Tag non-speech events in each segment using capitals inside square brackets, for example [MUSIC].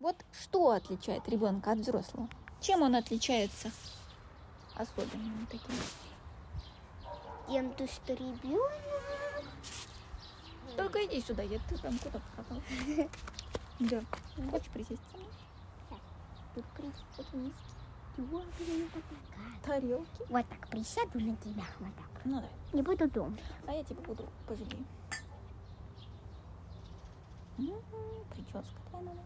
Вот что отличает ребенка от взрослого? Чем он отличается особенным таким? Тем, то, что ребенок Только иди сюда, я ты там куда попал. Да. Ну, Хочешь присесть? тут кричит Вот вниз. «Чего ты меня потакаешь?» Тарелки. Вот так присяду на тебя, вот так. Ну да. Не буду дома. А я тебя буду пожалею. М, М-м-м, Прическа твоя новая.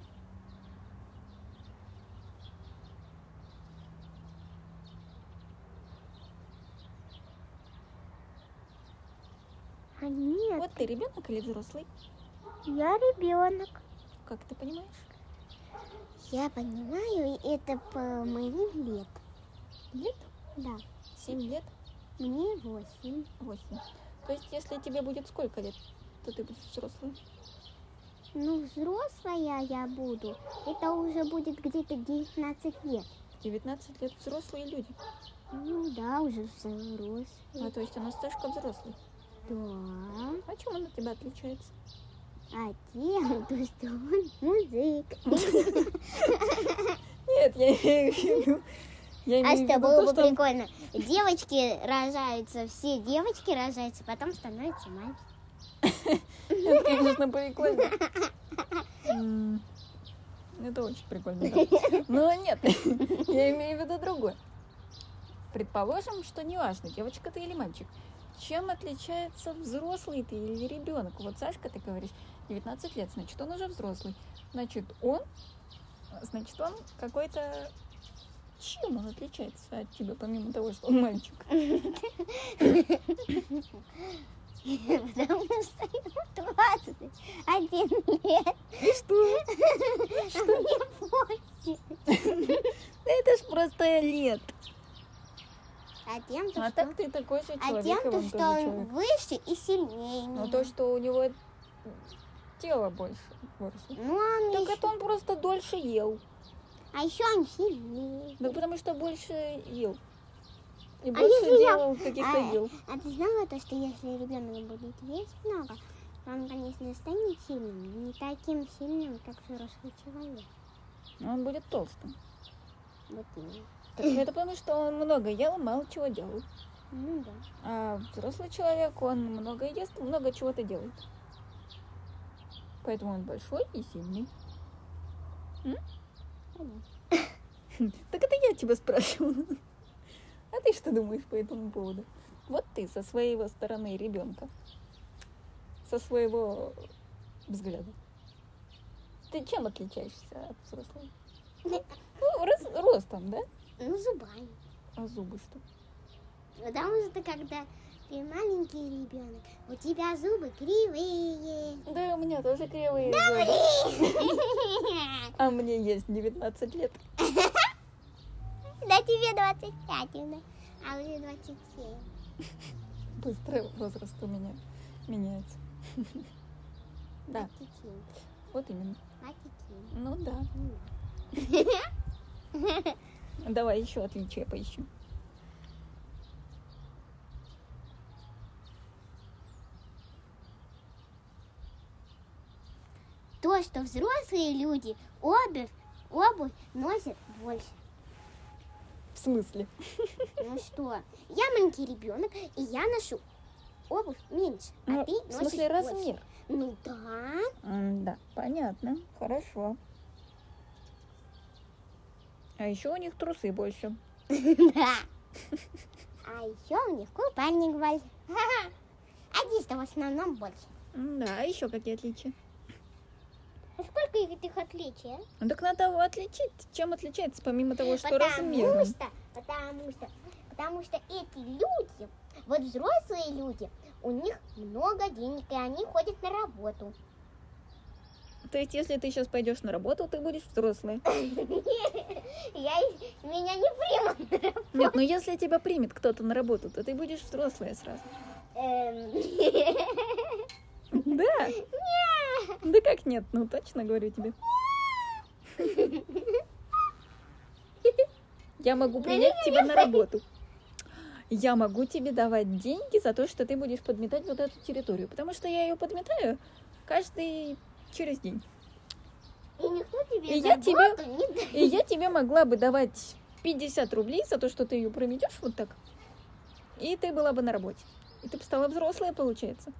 А нет, Вот ты ребенок или взрослый? я ребенок. Как ты понимаешь? Я понимаю, это по моим лет. Лет? Да, Семь лет? мне восемь. Восемь. То есть, если тебе будет сколько лет, то ты будешь взрослый. Ну, взрослая я буду. Это уже будет где-то 19 лет. 19 лет взрослые люди. Ну да, уже А взрослый. то есть Анасташка взрослый. Да. А чем он от тебя отличается? А тем, то, что он музык. Нет, я имею в виду. Я А имею в что виду было то, бы что он- прикольно? Девочки рожаются, все девочки рожаются, потом становятся мальчиками. Это, конечно, прикольно. М, Это очень прикольно. да. Но нет, [LAUGHS] я имею в виду другое. Предположим, что неважно, девочка ты или мальчик. Чем отличается взрослый ты или ребенок? Вот Сашка, ты говоришь, 19 лет, значит, он уже взрослый. Значит, он, значит, он какой-то... Чем он отличается от тебя, помимо того, что он мальчик? [LAUGHS] [LAUGHS] Потому что ему 21 лет. Что? Что не восемь. Это ж просто лет. А тем, то, А что... так ты такой же А человек, тем, и то, он что тоже он человек. выше и сильнее Но меня. Ну, то, что у него тело больше выросло. Ну, он Так еще- это он просто дольше ел. А еще он сильнее. Да потому что больше ел. И А больше если я- делал каких-то А, дел. А ты знала то, что если ребенок будет есть много, он, конечно, станет сильным, не таким сильным, как взрослый человек. Он будет толстым. Вот именно. Так это потому что он много ел, мало чего делал. Ну да. А взрослый человек, он много ест, много чего-то делает. Поэтому он большой и сильный. понятно. [LAUGHS] Так это я тебя спрашивала. [LAUGHS] А ты что думаешь по этому поводу? Вот ты со своего стороны ребенка, со своего взгляда. Ты чем отличаешься от взрослого? Ну, рос- ростом, да? Ну, зубами. А зубы что? Потому что когда ты маленький ребенок, у тебя зубы [LAUGHS] кривые. Да, у меня тоже кривые зубы. А мне есть 19 лет. Да тебе 25 уже, а уже 27. Быстро возраст у меня меняется. Да, 27. вот именно. 27. Ну да. Ну да. Давай еще отличия поищем. То, что взрослые люди обувь, обувь носят больше. В смысле? Ну что, я маленький ребенок, и я ношу обувь меньше, а Ну, ты в смысле носишь больше. размер? Ну да, Да, понятно. Хорошо. А еще у них трусы больше. да. А еще у них купальник [LAUGHS] больше. Ха-ха. Одежда в основном больше. Да, а еще какие отличия? А сколько их этих отличий? а? Ну так надо его отличить. Чем отличается, помимо того, что потому размером? что, потому что, потому что эти люди, вот взрослые люди, у них много денег, и они ходят на работу. То есть, если ты сейчас пойдешь на работу, ты будешь взрослый. Я, меня не примут. Нет, но если тебя примет кто-то на работу, то ты будешь взрослая сразу. Эм, [LAUGHS] Да? Да как нет? Ну точно говорю тебе. Я могу принять тебя на работу. Я могу тебе давать деньги за то, что ты будешь подметать вот эту территорию. Потому что я ее подметаю каждый через день. И никто тебе И я зарплату не дает. И я тебе могла бы давать 50 рублей за то, что ты ее проведешь вот так. И ты была бы на работе. И ты бы стала взрослая, получается.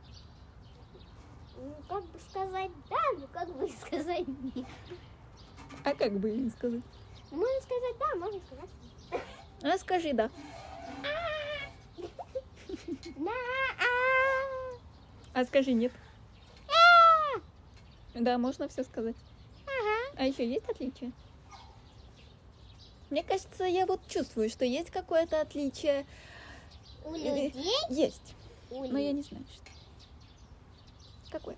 Ну, как бы сказать да, ну как бы [LAUGHS] и сказать нет. А как бы ей сказать? Ну, можно сказать да, можно сказать А скажи да. на а А скажи нет. Да, можно все сказать. А еще есть отличия? Мне кажется, я вот чувствую, что есть какое-то отличие. У людей, Есть. у Но я людей. не знаю, что. Какое?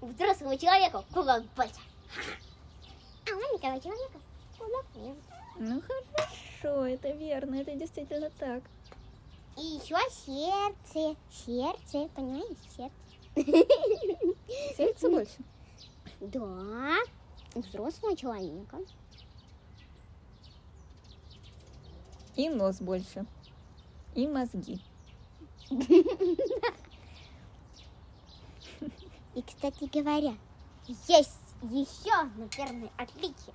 У взрослого человека кулак больше. А у маленького человека кулак нет. Ну хорошо, это верно, это действительно так. И еще сердце, сердце, понимаешь, сердце. Сердце больше. Да, у взрослого человека. И нос больше. И мозги. И, кстати говоря, есть еще, наверное, отличие.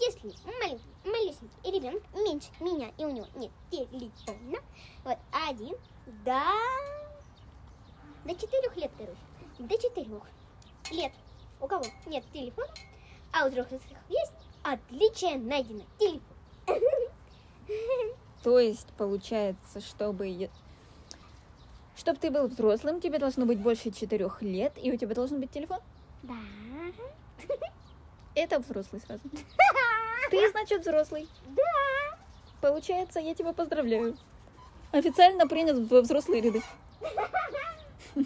Если малень- малюсенький ребенок меньше меня, и у него нет телефона, вот один, да, до четырех лет, короче, до четырех лет у кого нет телефона, а у взрослых есть отличие найдено телефон. То есть получается, чтобы е- чтобы ты был взрослым, тебе должно быть больше четырех лет, и у тебя должен быть телефон. Да. [LAUGHS] Это взрослый сразу. Ты, значит, взрослый. Да. Получается, я тебя поздравляю. Официально принят во взрослые ряды. [LAUGHS]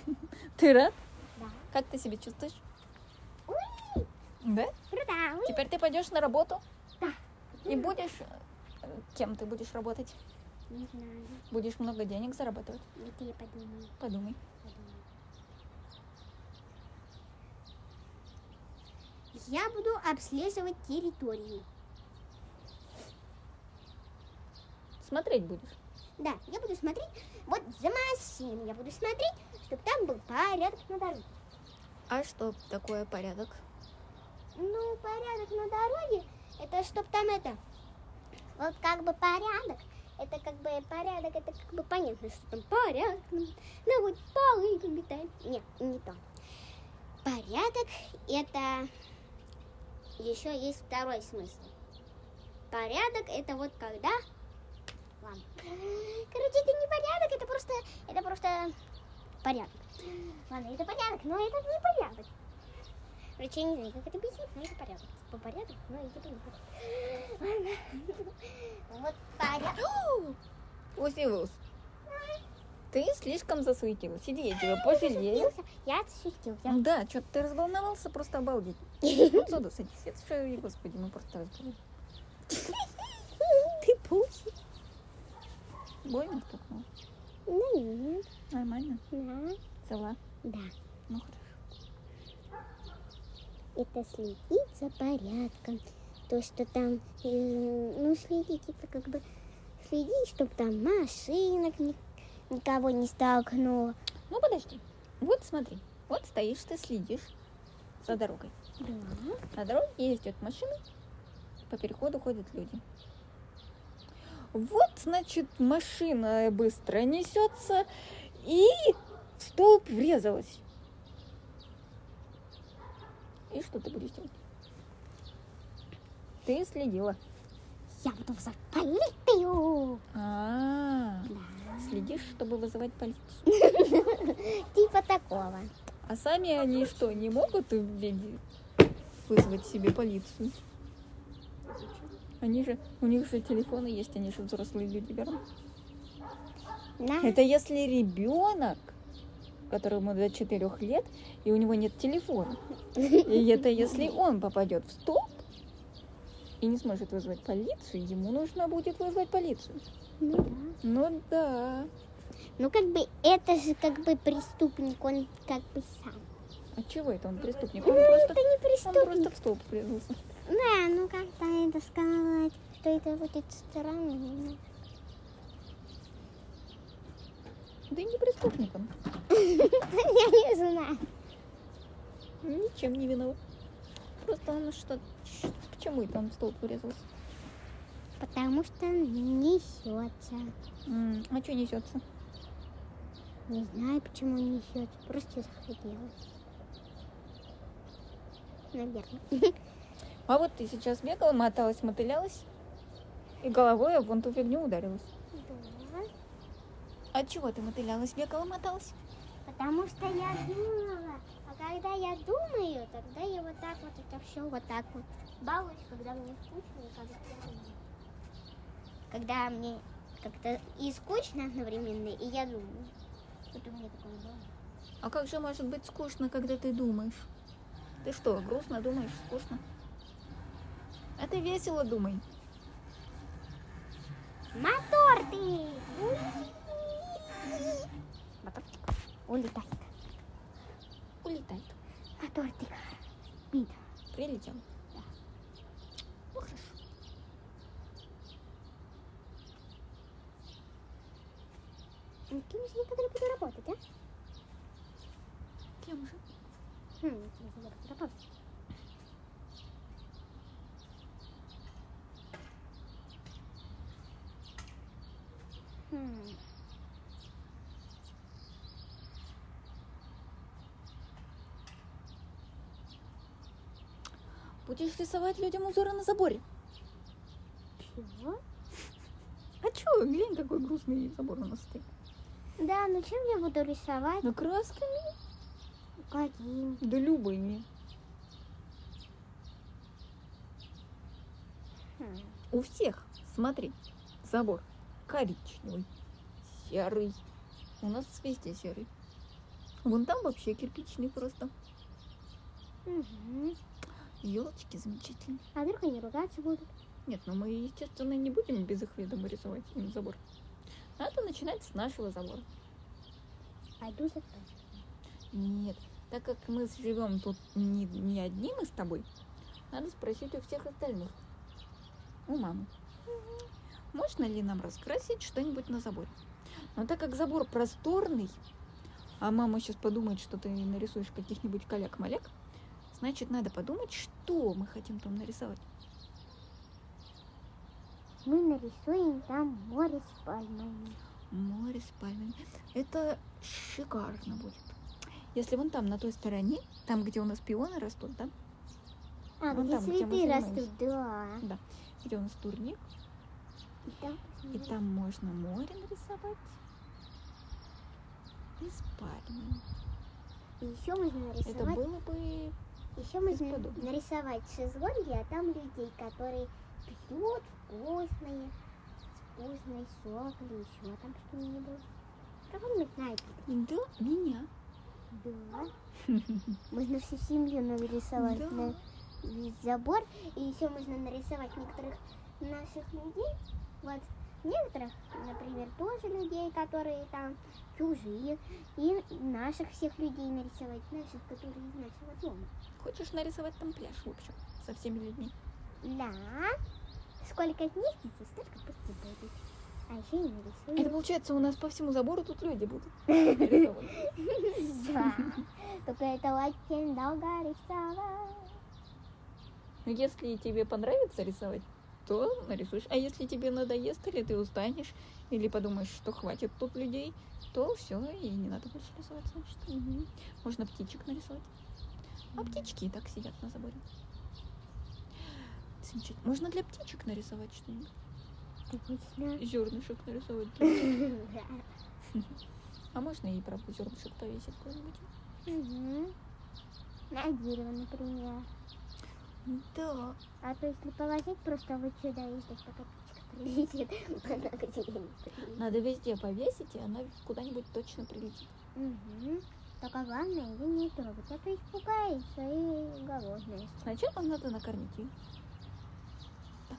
Ты рад? Да. Как ты себя чувствуешь? Уи, Да? круто, уи. Теперь ты пойдешь на работу Да. и будешь... э, Кем ты будешь работать? Не знаю, Будешь много денег зарабатывать? это я подумаю. Подумай. Я буду обслеживать территорию. Смотреть будешь. Да, я буду смотреть, вот за машинами я буду смотреть, чтобы там был порядок на дороге. А что такое порядок? Ну, порядок на дороге, это чтобы там это, вот как бы порядок, это как бы порядок, это как бы понятно, что там порядок, ну, ну вот полы пометаем. Нет, не то. Порядок это еще есть второй смысл. Порядок это вот когда... Ладно. Короче, это не порядок, это просто... Это просто порядок. Ладно, это порядок, но это не порядок. Короче, я не знаю, как это объяснить, но это порядок. По порядок, но это не порядок. Ладно. Вот порядок. Усилус. Ты слишком засуетилась. Сиди, я тебя пожалею. Я отсутился. Ну Да, что-то ты разволновался, просто [LAUGHS] обалдеть. Вот сюда садись. Это же, и, господи, мы просто разбудим. Ты пухи. Больно стукнул. Ну, нет. Нормально. Да. Цела. Да. Ну хорошо. это следить за порядком. То, что там, э, ну, следить, это как бы следить, чтобы там машинок ни- никого не столкнуло. Ну подожди. Вот смотри. Вот стоишь ты, следишь за дорогой. Да. На дороге ездят машины, по переходу ходят люди. Вот, значит, машина быстро несется и в столб врезалась. И что ты будешь делать? Ты следила. Я буду вызывать полицию. А, следишь, чтобы вызывать полицию. Типа такого. А сами они что, не могут в виде вызвать себе полицию? Они же, у них же телефоны есть, они же взрослые люди, верно? Да. Это если ребенок, которому до 4 лет, и у него нет телефона. И это если он попадет в столб и не сможет вызвать полицию, ему нужно будет вызвать полицию. Ну, да. Ну да. ну, как бы это же как бы преступник, он как бы сам. А чего это он преступник? Ну, Он просто, это не он преступник. просто в столб врезался. Да, ну как-то это сказать, что это будет [LAUGHS] странно. Да и не преступник он. Я не знаю. Ну, Ничем не виноват. Просто он что, ч- почему это он в столб врезался? Потому что несется. М, А что несется? Не знаю, почему несется. Просто захотелось. Наверное. А вот ты сейчас бегала, моталась, мотылялась, и головой об вон ту фигню ударилась. Да. От А чего ты мотылялась, бегала, моталась? Потому что я думала. А когда я думаю, тогда я вот так вот это все вот так вот балуюсь, когда мне скучно и когда я думаю. Когда мне как-то и скучно одновременно, и я думаю. Вот у меня такое было. А как же может быть скучно, когда ты думаешь? Ты что, грустно думаешь, скучно? А ты весело думай. Мотор ты! Уи! Моторчик, улетай. Улетай. Мотор А ты. Прилетел. Ну хорошо. Ну, кем же я тогда буду работать, а? Кем же? Хм, интересно, я буду работать. Хм. Будешь рисовать людям узоры на заборе. Чего? А чё, глянь, какой грустный забор у нас стоит. Да, ну чем я буду рисовать? Ну, красками? Каким? Да любыми. Хм. У всех, смотри, забор коричневый, серый. У нас везде серый. Вон там вообще кирпичный просто. Мгм. Елочки замечательные. А вдруг они ругаться будут? Нет, ну мы, естественно, не будем без их ведома рисовать им забор. Надо начинать с нашего забора. Пойду за тобой. Нет, так как мы живем тут не, не одни мы с тобой, надо спросить у всех остальных. У мамы. Можно ли нам раскрасить что-нибудь на заборе? Но так как забор просторный, а мама сейчас подумает, что ты нарисуешь каких-нибудь коляк-маляк, значит, надо подумать, что мы хотим там нарисовать. Мы нарисуем там море с пальмами. Море с пальмами. Это шикарно будет. Если вон там, на той стороне, там, где у нас пионы растут, да? А, Вон где Ну там, где мы цветы занимаемся. растут, да. Где у нас турник, И там, И там можно море нарисовать. И с пальмами. еще можно Это нарисовать, было бы... еще можно бесподобно. нарисовать шезлонги, а там людей, которые пьют вкусные, вкусный сок или еще А там что-нибудь. Кого-нибудь знаете? Да, меня. [LAUGHS] Да. Можно всю семью нарисовать Да. на весь забор. И еще можно нарисовать некоторых наших людей. Вот некоторых, например, тоже людей, которые там чужие. И наших всех людей нарисовать. Наших, которые из нашего дома. Хочешь нарисовать там пляж, в общем, со всеми людьми? Да. Сколько вместится, столько пусть и будет. А еще и Это [LAUGHS] нарисуем. получается, у нас по всему забору тут люди [LAUGHS] будут. нарисованы. Да. Только это очень долго рисовать. Но Ну, если тебе понравится рисовать, то нарисуешь. А если тебе надоест, или ты устанешь, или подумаешь, что хватит тут людей, то все, и не надо больше рисовать, значит. Мгм. Можно птичек нарисовать. А птички и так сидят на заборе. Замечательно. Можно для птичек нарисовать что-нибудь. Точно. Зернышек нарисовать. [LAUGHS] Да. А можно и правда зернышек повесить куда-нибудь. Мгм. На дерево, например. Да. А то если положить просто вот сюда, и ждать, пока птичка прилетит, [LAUGHS] она к дереву прилетит. Надо везде повесить, и она куда-нибудь точно прилетит. Мгм. Только главное ее не трогать, а то испугается и [LAUGHS] голодная. Сначала надо накормить ее. Да.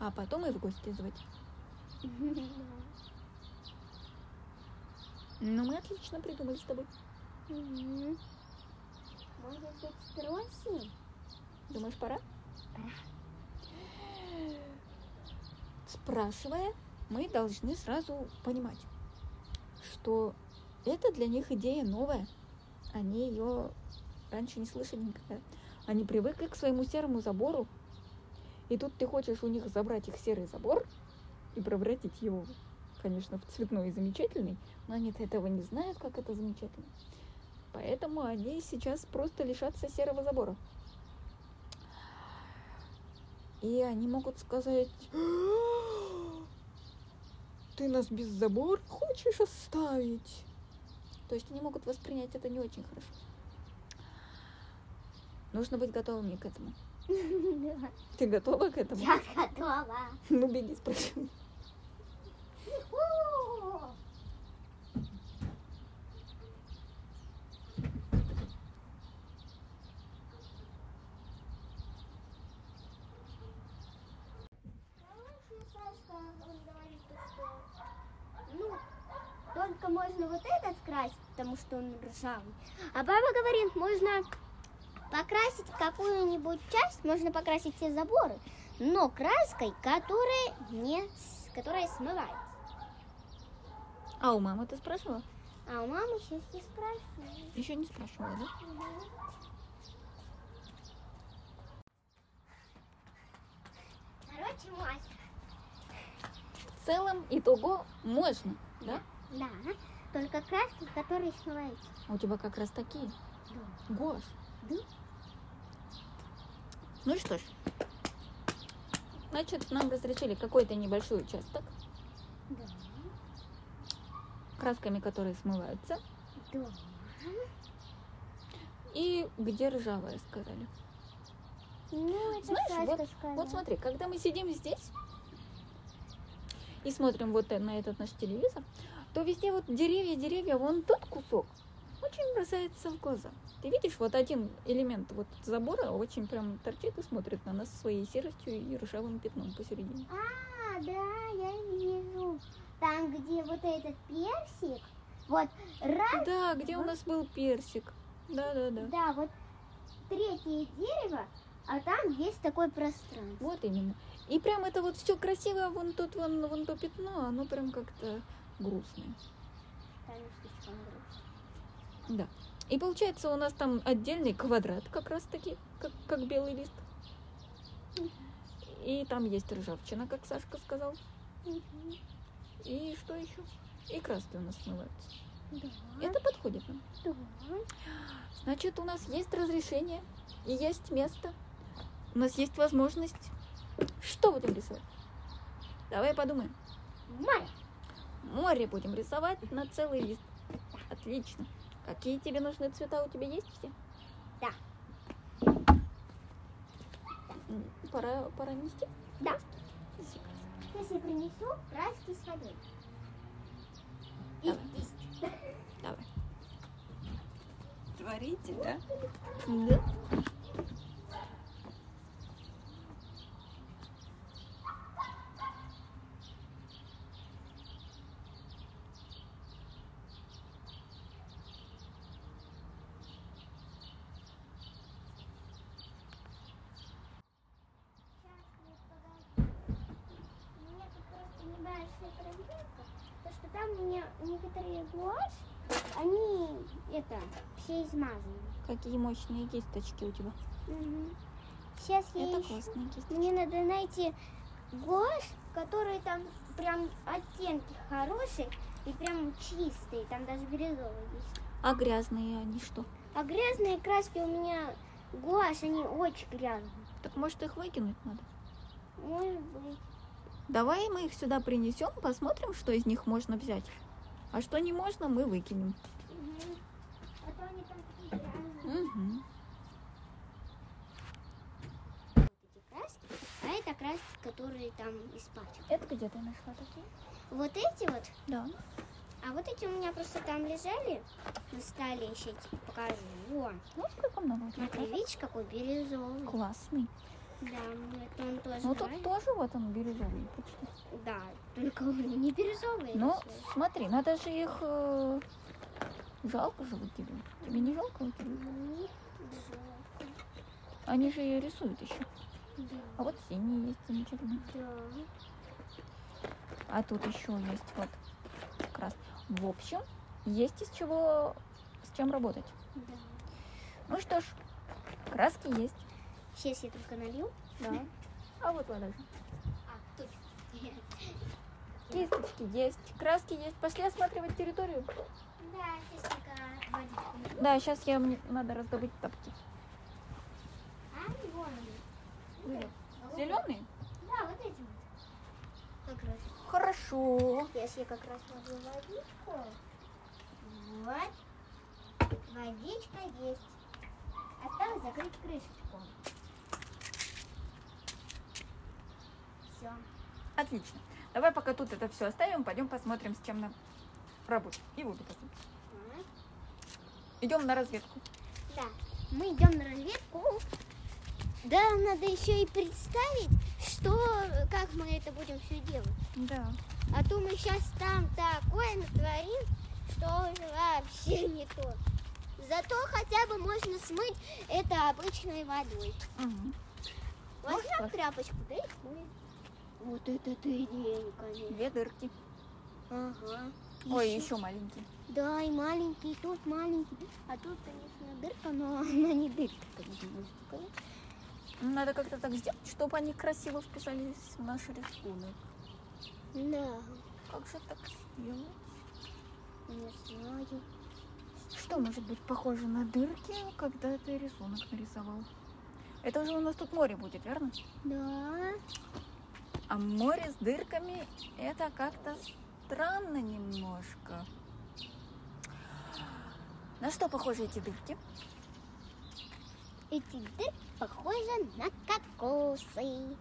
А потом и в гости звать. Да. Ну, мы отлично придумали с тобой. Мгм. Может быть, спросим? Думаешь, пора? Пора. Спрашивая, мы должны сразу понимать, что это для них идея новая. Они ее раньше не слышали никогда. Они привыкли к своему серому забору. И тут ты хочешь у них забрать их серый забор и превратить его, конечно, в цветной и замечательный, но они этого не знают, как это замечательно. Поэтому они сейчас просто лишатся серого забора. И они могут сказать, «А, ты нас без забора хочешь оставить? То есть они могут воспринять это не очень хорошо. Нужно быть готовыми к этому. [LAUGHS] Да. Ты готова к этому? Я готова. Ну беги, спроси. У. Ну, только можно вот этот красить, потому что он ржавый. А баба говорит, можно покрасить какую-нибудь часть, можно покрасить все заборы, но краской, которая не, с- которая смывает. А у мамы ты спрашивала? А у мамы сейчас не спрашиваю. Еще не спрашивала, да? Короче, мать. В целом, итого можно, да? Да, только краски, которые смывают. А у тебя как раз такие. Да. Гош. Да. Ну что ж. Значит, нам разрешили какой-то небольшой участок, Да, красками которые смываются, да. и где ржавая, сказали. Ну, это Знаешь, краска вот- сказала. Вот смотри, когда мы сидим здесь и смотрим вот э- на этот наш телевизор, то везде вот деревья, деревья, вон тот кусок очень бросается в глаза. Ты видишь, вот один элемент вот забора очень прям торчит и смотрит на нас своей серостью и ржавым пятном посередине. А, да, я вижу. Там, где вот этот персик, вот раз, Да, где у нас был персик. Да-да-да. да, вот третье дерево, а там есть такое пространство. Вот именно. И прям это вот все красиво, вон тут, вон, вон то пятно, оно прям как-то грустное. Там слишком грустно. Да. И получается у нас там отдельный квадрат как раз таки, как, как белый лист. И там есть ржавчина, как Сашка сказал. Мгм. И что еще? И краски у нас смываются. Да, Это подходит нам. да. Значит, у нас есть разрешение и есть место. У нас есть возможность. Что будем рисовать? Давай подумаем. Май. Море будем рисовать на целый лист. Отлично. Какие тебе нужны цвета? У тебя есть все? Да. М, Пора, пора нести? Да. Спасибо. Если принесу, краски с водой. И Давай. кисть. Давай. Творите, да? Да. У меня тут просто небольшая проблемка, то что там у меня некоторые гуашь, они это, все измазаны. Какие мощные кисточки у тебя. Сейчас я Это ищу. классные кисточки. Мне надо найти гуашь, который там прям оттенки хорошие и прям чистые, там даже бирюзовый есть. А грязные они что? А грязные краски у меня гуашь, они очень грязные. Так может их выкинуть надо? Может быть. Давай мы их сюда принесем, посмотрим, что из них можно взять. А что не можно, мы выкинем. Мгм. А то они там такие грязные. Угу. вот эти краски, а это краски, которые там испачканы. Это где ты нашла такие? Вот эти вот, Да. а вот эти у меня просто там лежали на столе, сейчас покажу. Во, Ну, сколько много у тебя смотри, красок. видишь, какой бирюзовый. Классный. Да, это он тоже Ну тут красит. тоже вот он бирюзовый почти. Да, только он не бирюзовый. Ну, это всё. смотри, надо же их... э, Жалко же вот тебе. Тебе не жалко? вот тебе? Мгм, жалко. Они же ее рисуют еще. А Да, вот синие есть замечательные. да. А тут еще есть вот как раз. В общем, есть из чего, с чем работать. Да. Ну что ж, краски есть. Сейчас я только налью. Да. А вот вода. А, точно. Кисточки есть, краски есть. Пошли осматривать территорию. [LAUGHS] Да, Да, сейчас только водичку налью. сейчас я мне надо раздобыть тапки. А, вон они. Зеленые? Да, вот эти вот. Как раз. Хорошо. Сейчас я как раз налью водичку. Вот. Водичка есть. Осталось закрыть крышечку. Все. Отлично. Давай пока тут это все оставим, пойдем посмотрим, с чем нам работать. И воду посмотрим. Идем на разведку. Да, мы идем на разведку. Да, надо еще и представить, что, как мы это будем все делать. Да. А то мы сейчас там такое натворим, что уже вообще [LAUGHS] не то. Зато хотя бы можно смыть это обычной водой. Возьмем так. тряпочку, да и смоем. Вот это ты идея, конечно. Две дырки. Ага. Ой, Ещё- еще маленький. Да, и маленький, и тут маленький. А тут, конечно, дырка, но она не дырка, как бы, можно сказать. Надо как-то так сделать, чтобы они красиво вписались в наш рисунок. Да. Как же так сделать? Не знаю. Что может быть похоже на дырки, когда ты рисунок нарисовал? Это уже у нас тут море будет, верно? Да. А море с дырками это как-то странно немножко. На что похожи эти дырки? Эти дырки похожи на кокосы.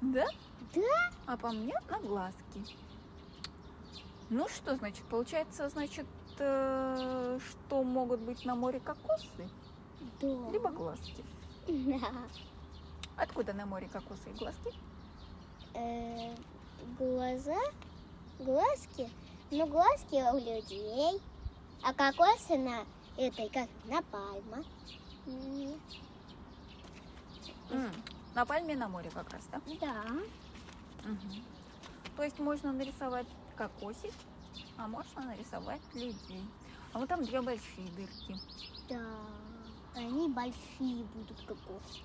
Да? Да. А по мне на глазки. Ну что значит? Получается, значит, э, что могут быть на море кокосы, Да. либо глазки. [LAUGHS] Да. Откуда на море кокосы и глазки? Э, глаза, глазки. Ну, глазки у людей. А кокосы на этой, как, на пальма. М, М, На пальме и на море как раз, да? Да. Мгм. То есть можно нарисовать кокосик, а можно нарисовать людей. А вот там две большие дырки. Да. Они большие будут кокосы.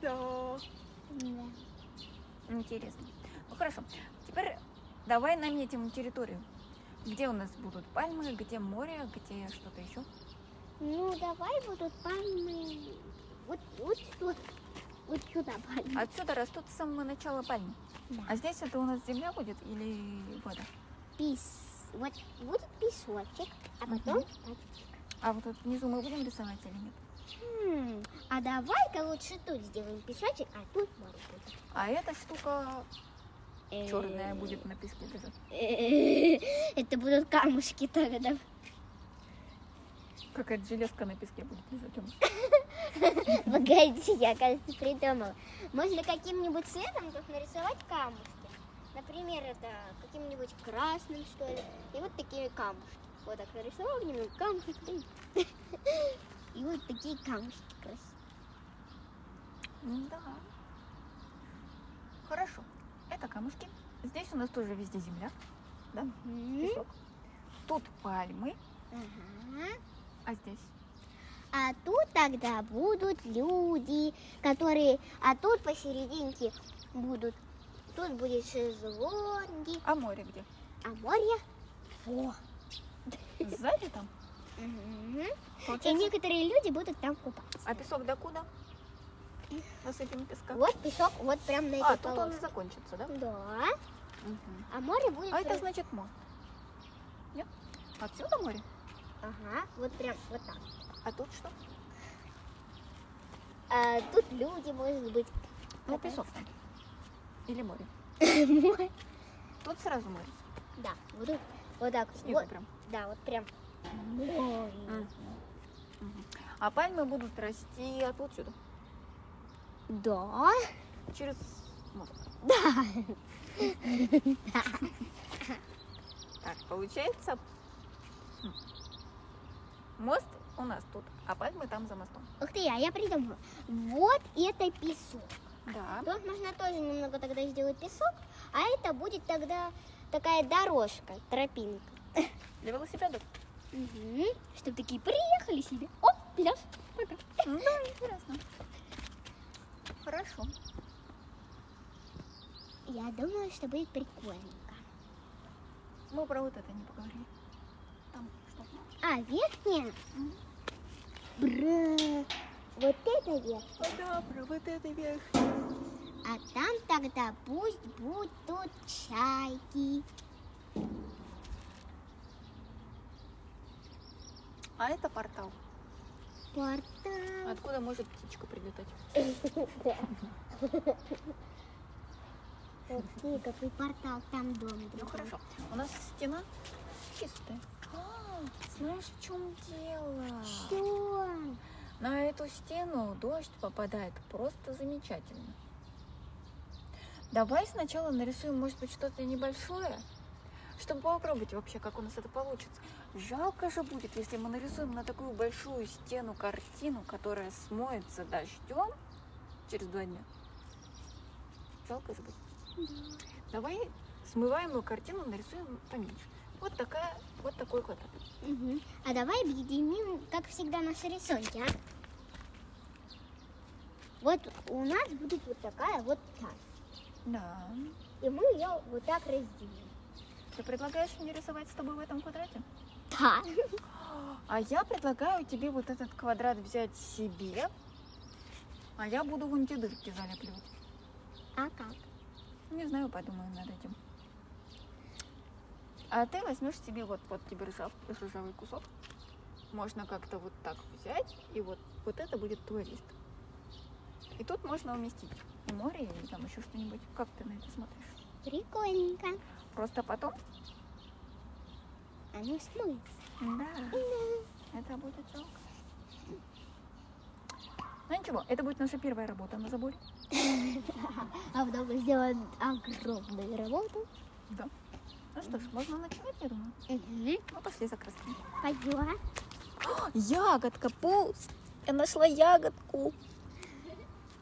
Да. Да. Интересно. Ну хорошо. Теперь давай наметим территорию. Где у нас будут пальмы, где море, где что-то еще? Ну, давай будут пальмы. Вот, вот сюда. Вот сюда пальмы. Отсюда растут с самого начала пальмы. Да. А здесь это у нас земля будет или вода? Пис... Вот будет песочек, а потом... Мгм. А вот тут внизу мы будем рисовать или нет? М, А давай-ка лучше тут сделаем песочек, а тут море будет. А эта штука Э, черная будет на песке лежать. э, [LAUGHS] Это будут камушки тогда. [LAUGHS] Какая-то железка на песке будет лежать. Тёма. Погоди, я, кажется, придумала. Можно каким-нибудь цветом тут нарисовать камушки. Например, это каким-нибудь красным, что ли. И вот такие камушки. Вот так нарисовал немного камушек. да [LAUGHS] и- И вот такие камушки красивые. Да. Хорошо. Это камушки. Здесь у нас тоже везде земля, Мгм. песок. Тут пальмы, Ага. а здесь А тут тогда будут люди, которые... А тут посерединке будут... Тут будет шезлонги, а море где? а море... Во. Сзади там. Мгм. И Получается, некоторые люди будут там купаться. А песок А докуда? Насыпем песка. Вот песок, вот прям на этой А, тут он полоске. закончится, да? Да. Мгм. А море будет... А это прям- значит мост. Нет? Отсюда море? Ага, вот прям вот так. А тут что? А тут люди, может быть. Ну, Это- песок там. Или море. [LAUGHS] Море. Тут сразу море. Да, вот, тут- вот так. Снизу Вот, прям. да, вот прям. Море. Мгм. Мгм. А пальмы будут расти от вот сюда. Да. Через мост. Так, получается, м, мост у нас тут, а пальмы там за мостом. Ух ты, а я придумала. Вот это песок. Да. Тут можно тоже немного тогда сделать песок, а это будет тогда такая дорожка, тропинка. Для велосипедов. Угу. Чтобы такие приехали себе. Оп, Идёшь? Ну, да, интересно. Хорошо. Я думаю, что будет прикольненько. Мы про вот это не поговорили. Там что А, верхняя? Бра. Вот это верх. Ну Да, про вот это вверх. А там тогда пусть будут чайки. А это портал. Портал. Откуда может птичка прилетать? Ух ты, какой портал там дом. Ну другой. хорошо. У нас стена чистая. А, Знаешь, в чем дело? Что? На эту стену дождь попадает просто замечательно. Давай сначала нарисуем, может быть, что-то небольшое, чтобы попробовать вообще, как у нас это получится. Жалко же будет, если мы нарисуем на такую большую стену картину, которая смоется дождем через два дня. Жалко же будет. Давай смываемую картину нарисуем поменьше. Вот такая, вот такой квадрат. Мгм. А давай объединим, как всегда, наши рисунки, а? Вот у нас будет вот такая вот часть. Да. И мы ее вот так разделим. Ты предлагаешь мне рисовать с тобой в этом квадрате? Да. А я предлагаю тебе вот этот квадрат взять себе, а я буду вон те дырки залепливать. А как? Не знаю, подумаю над этим. А ты возьмешь себе вот, вот тебе ржав, ржавый кусок. Можно как-то вот так взять, и вот, вот это будет твой лист. И тут можно уместить и море, и там еще что-нибудь. Как ты на это смотришь? Прикольненько. Просто потом? Оно смыется. Да. Это будет жалко. Ну ничего, это будет наша первая работа на заборе. А потом мы сделаем огромную работу. Да. Ну что ж, можно начинать, я думаю. Мы пошли за красками. Пойдем. Ягодка, пусть! Я нашла ягодку.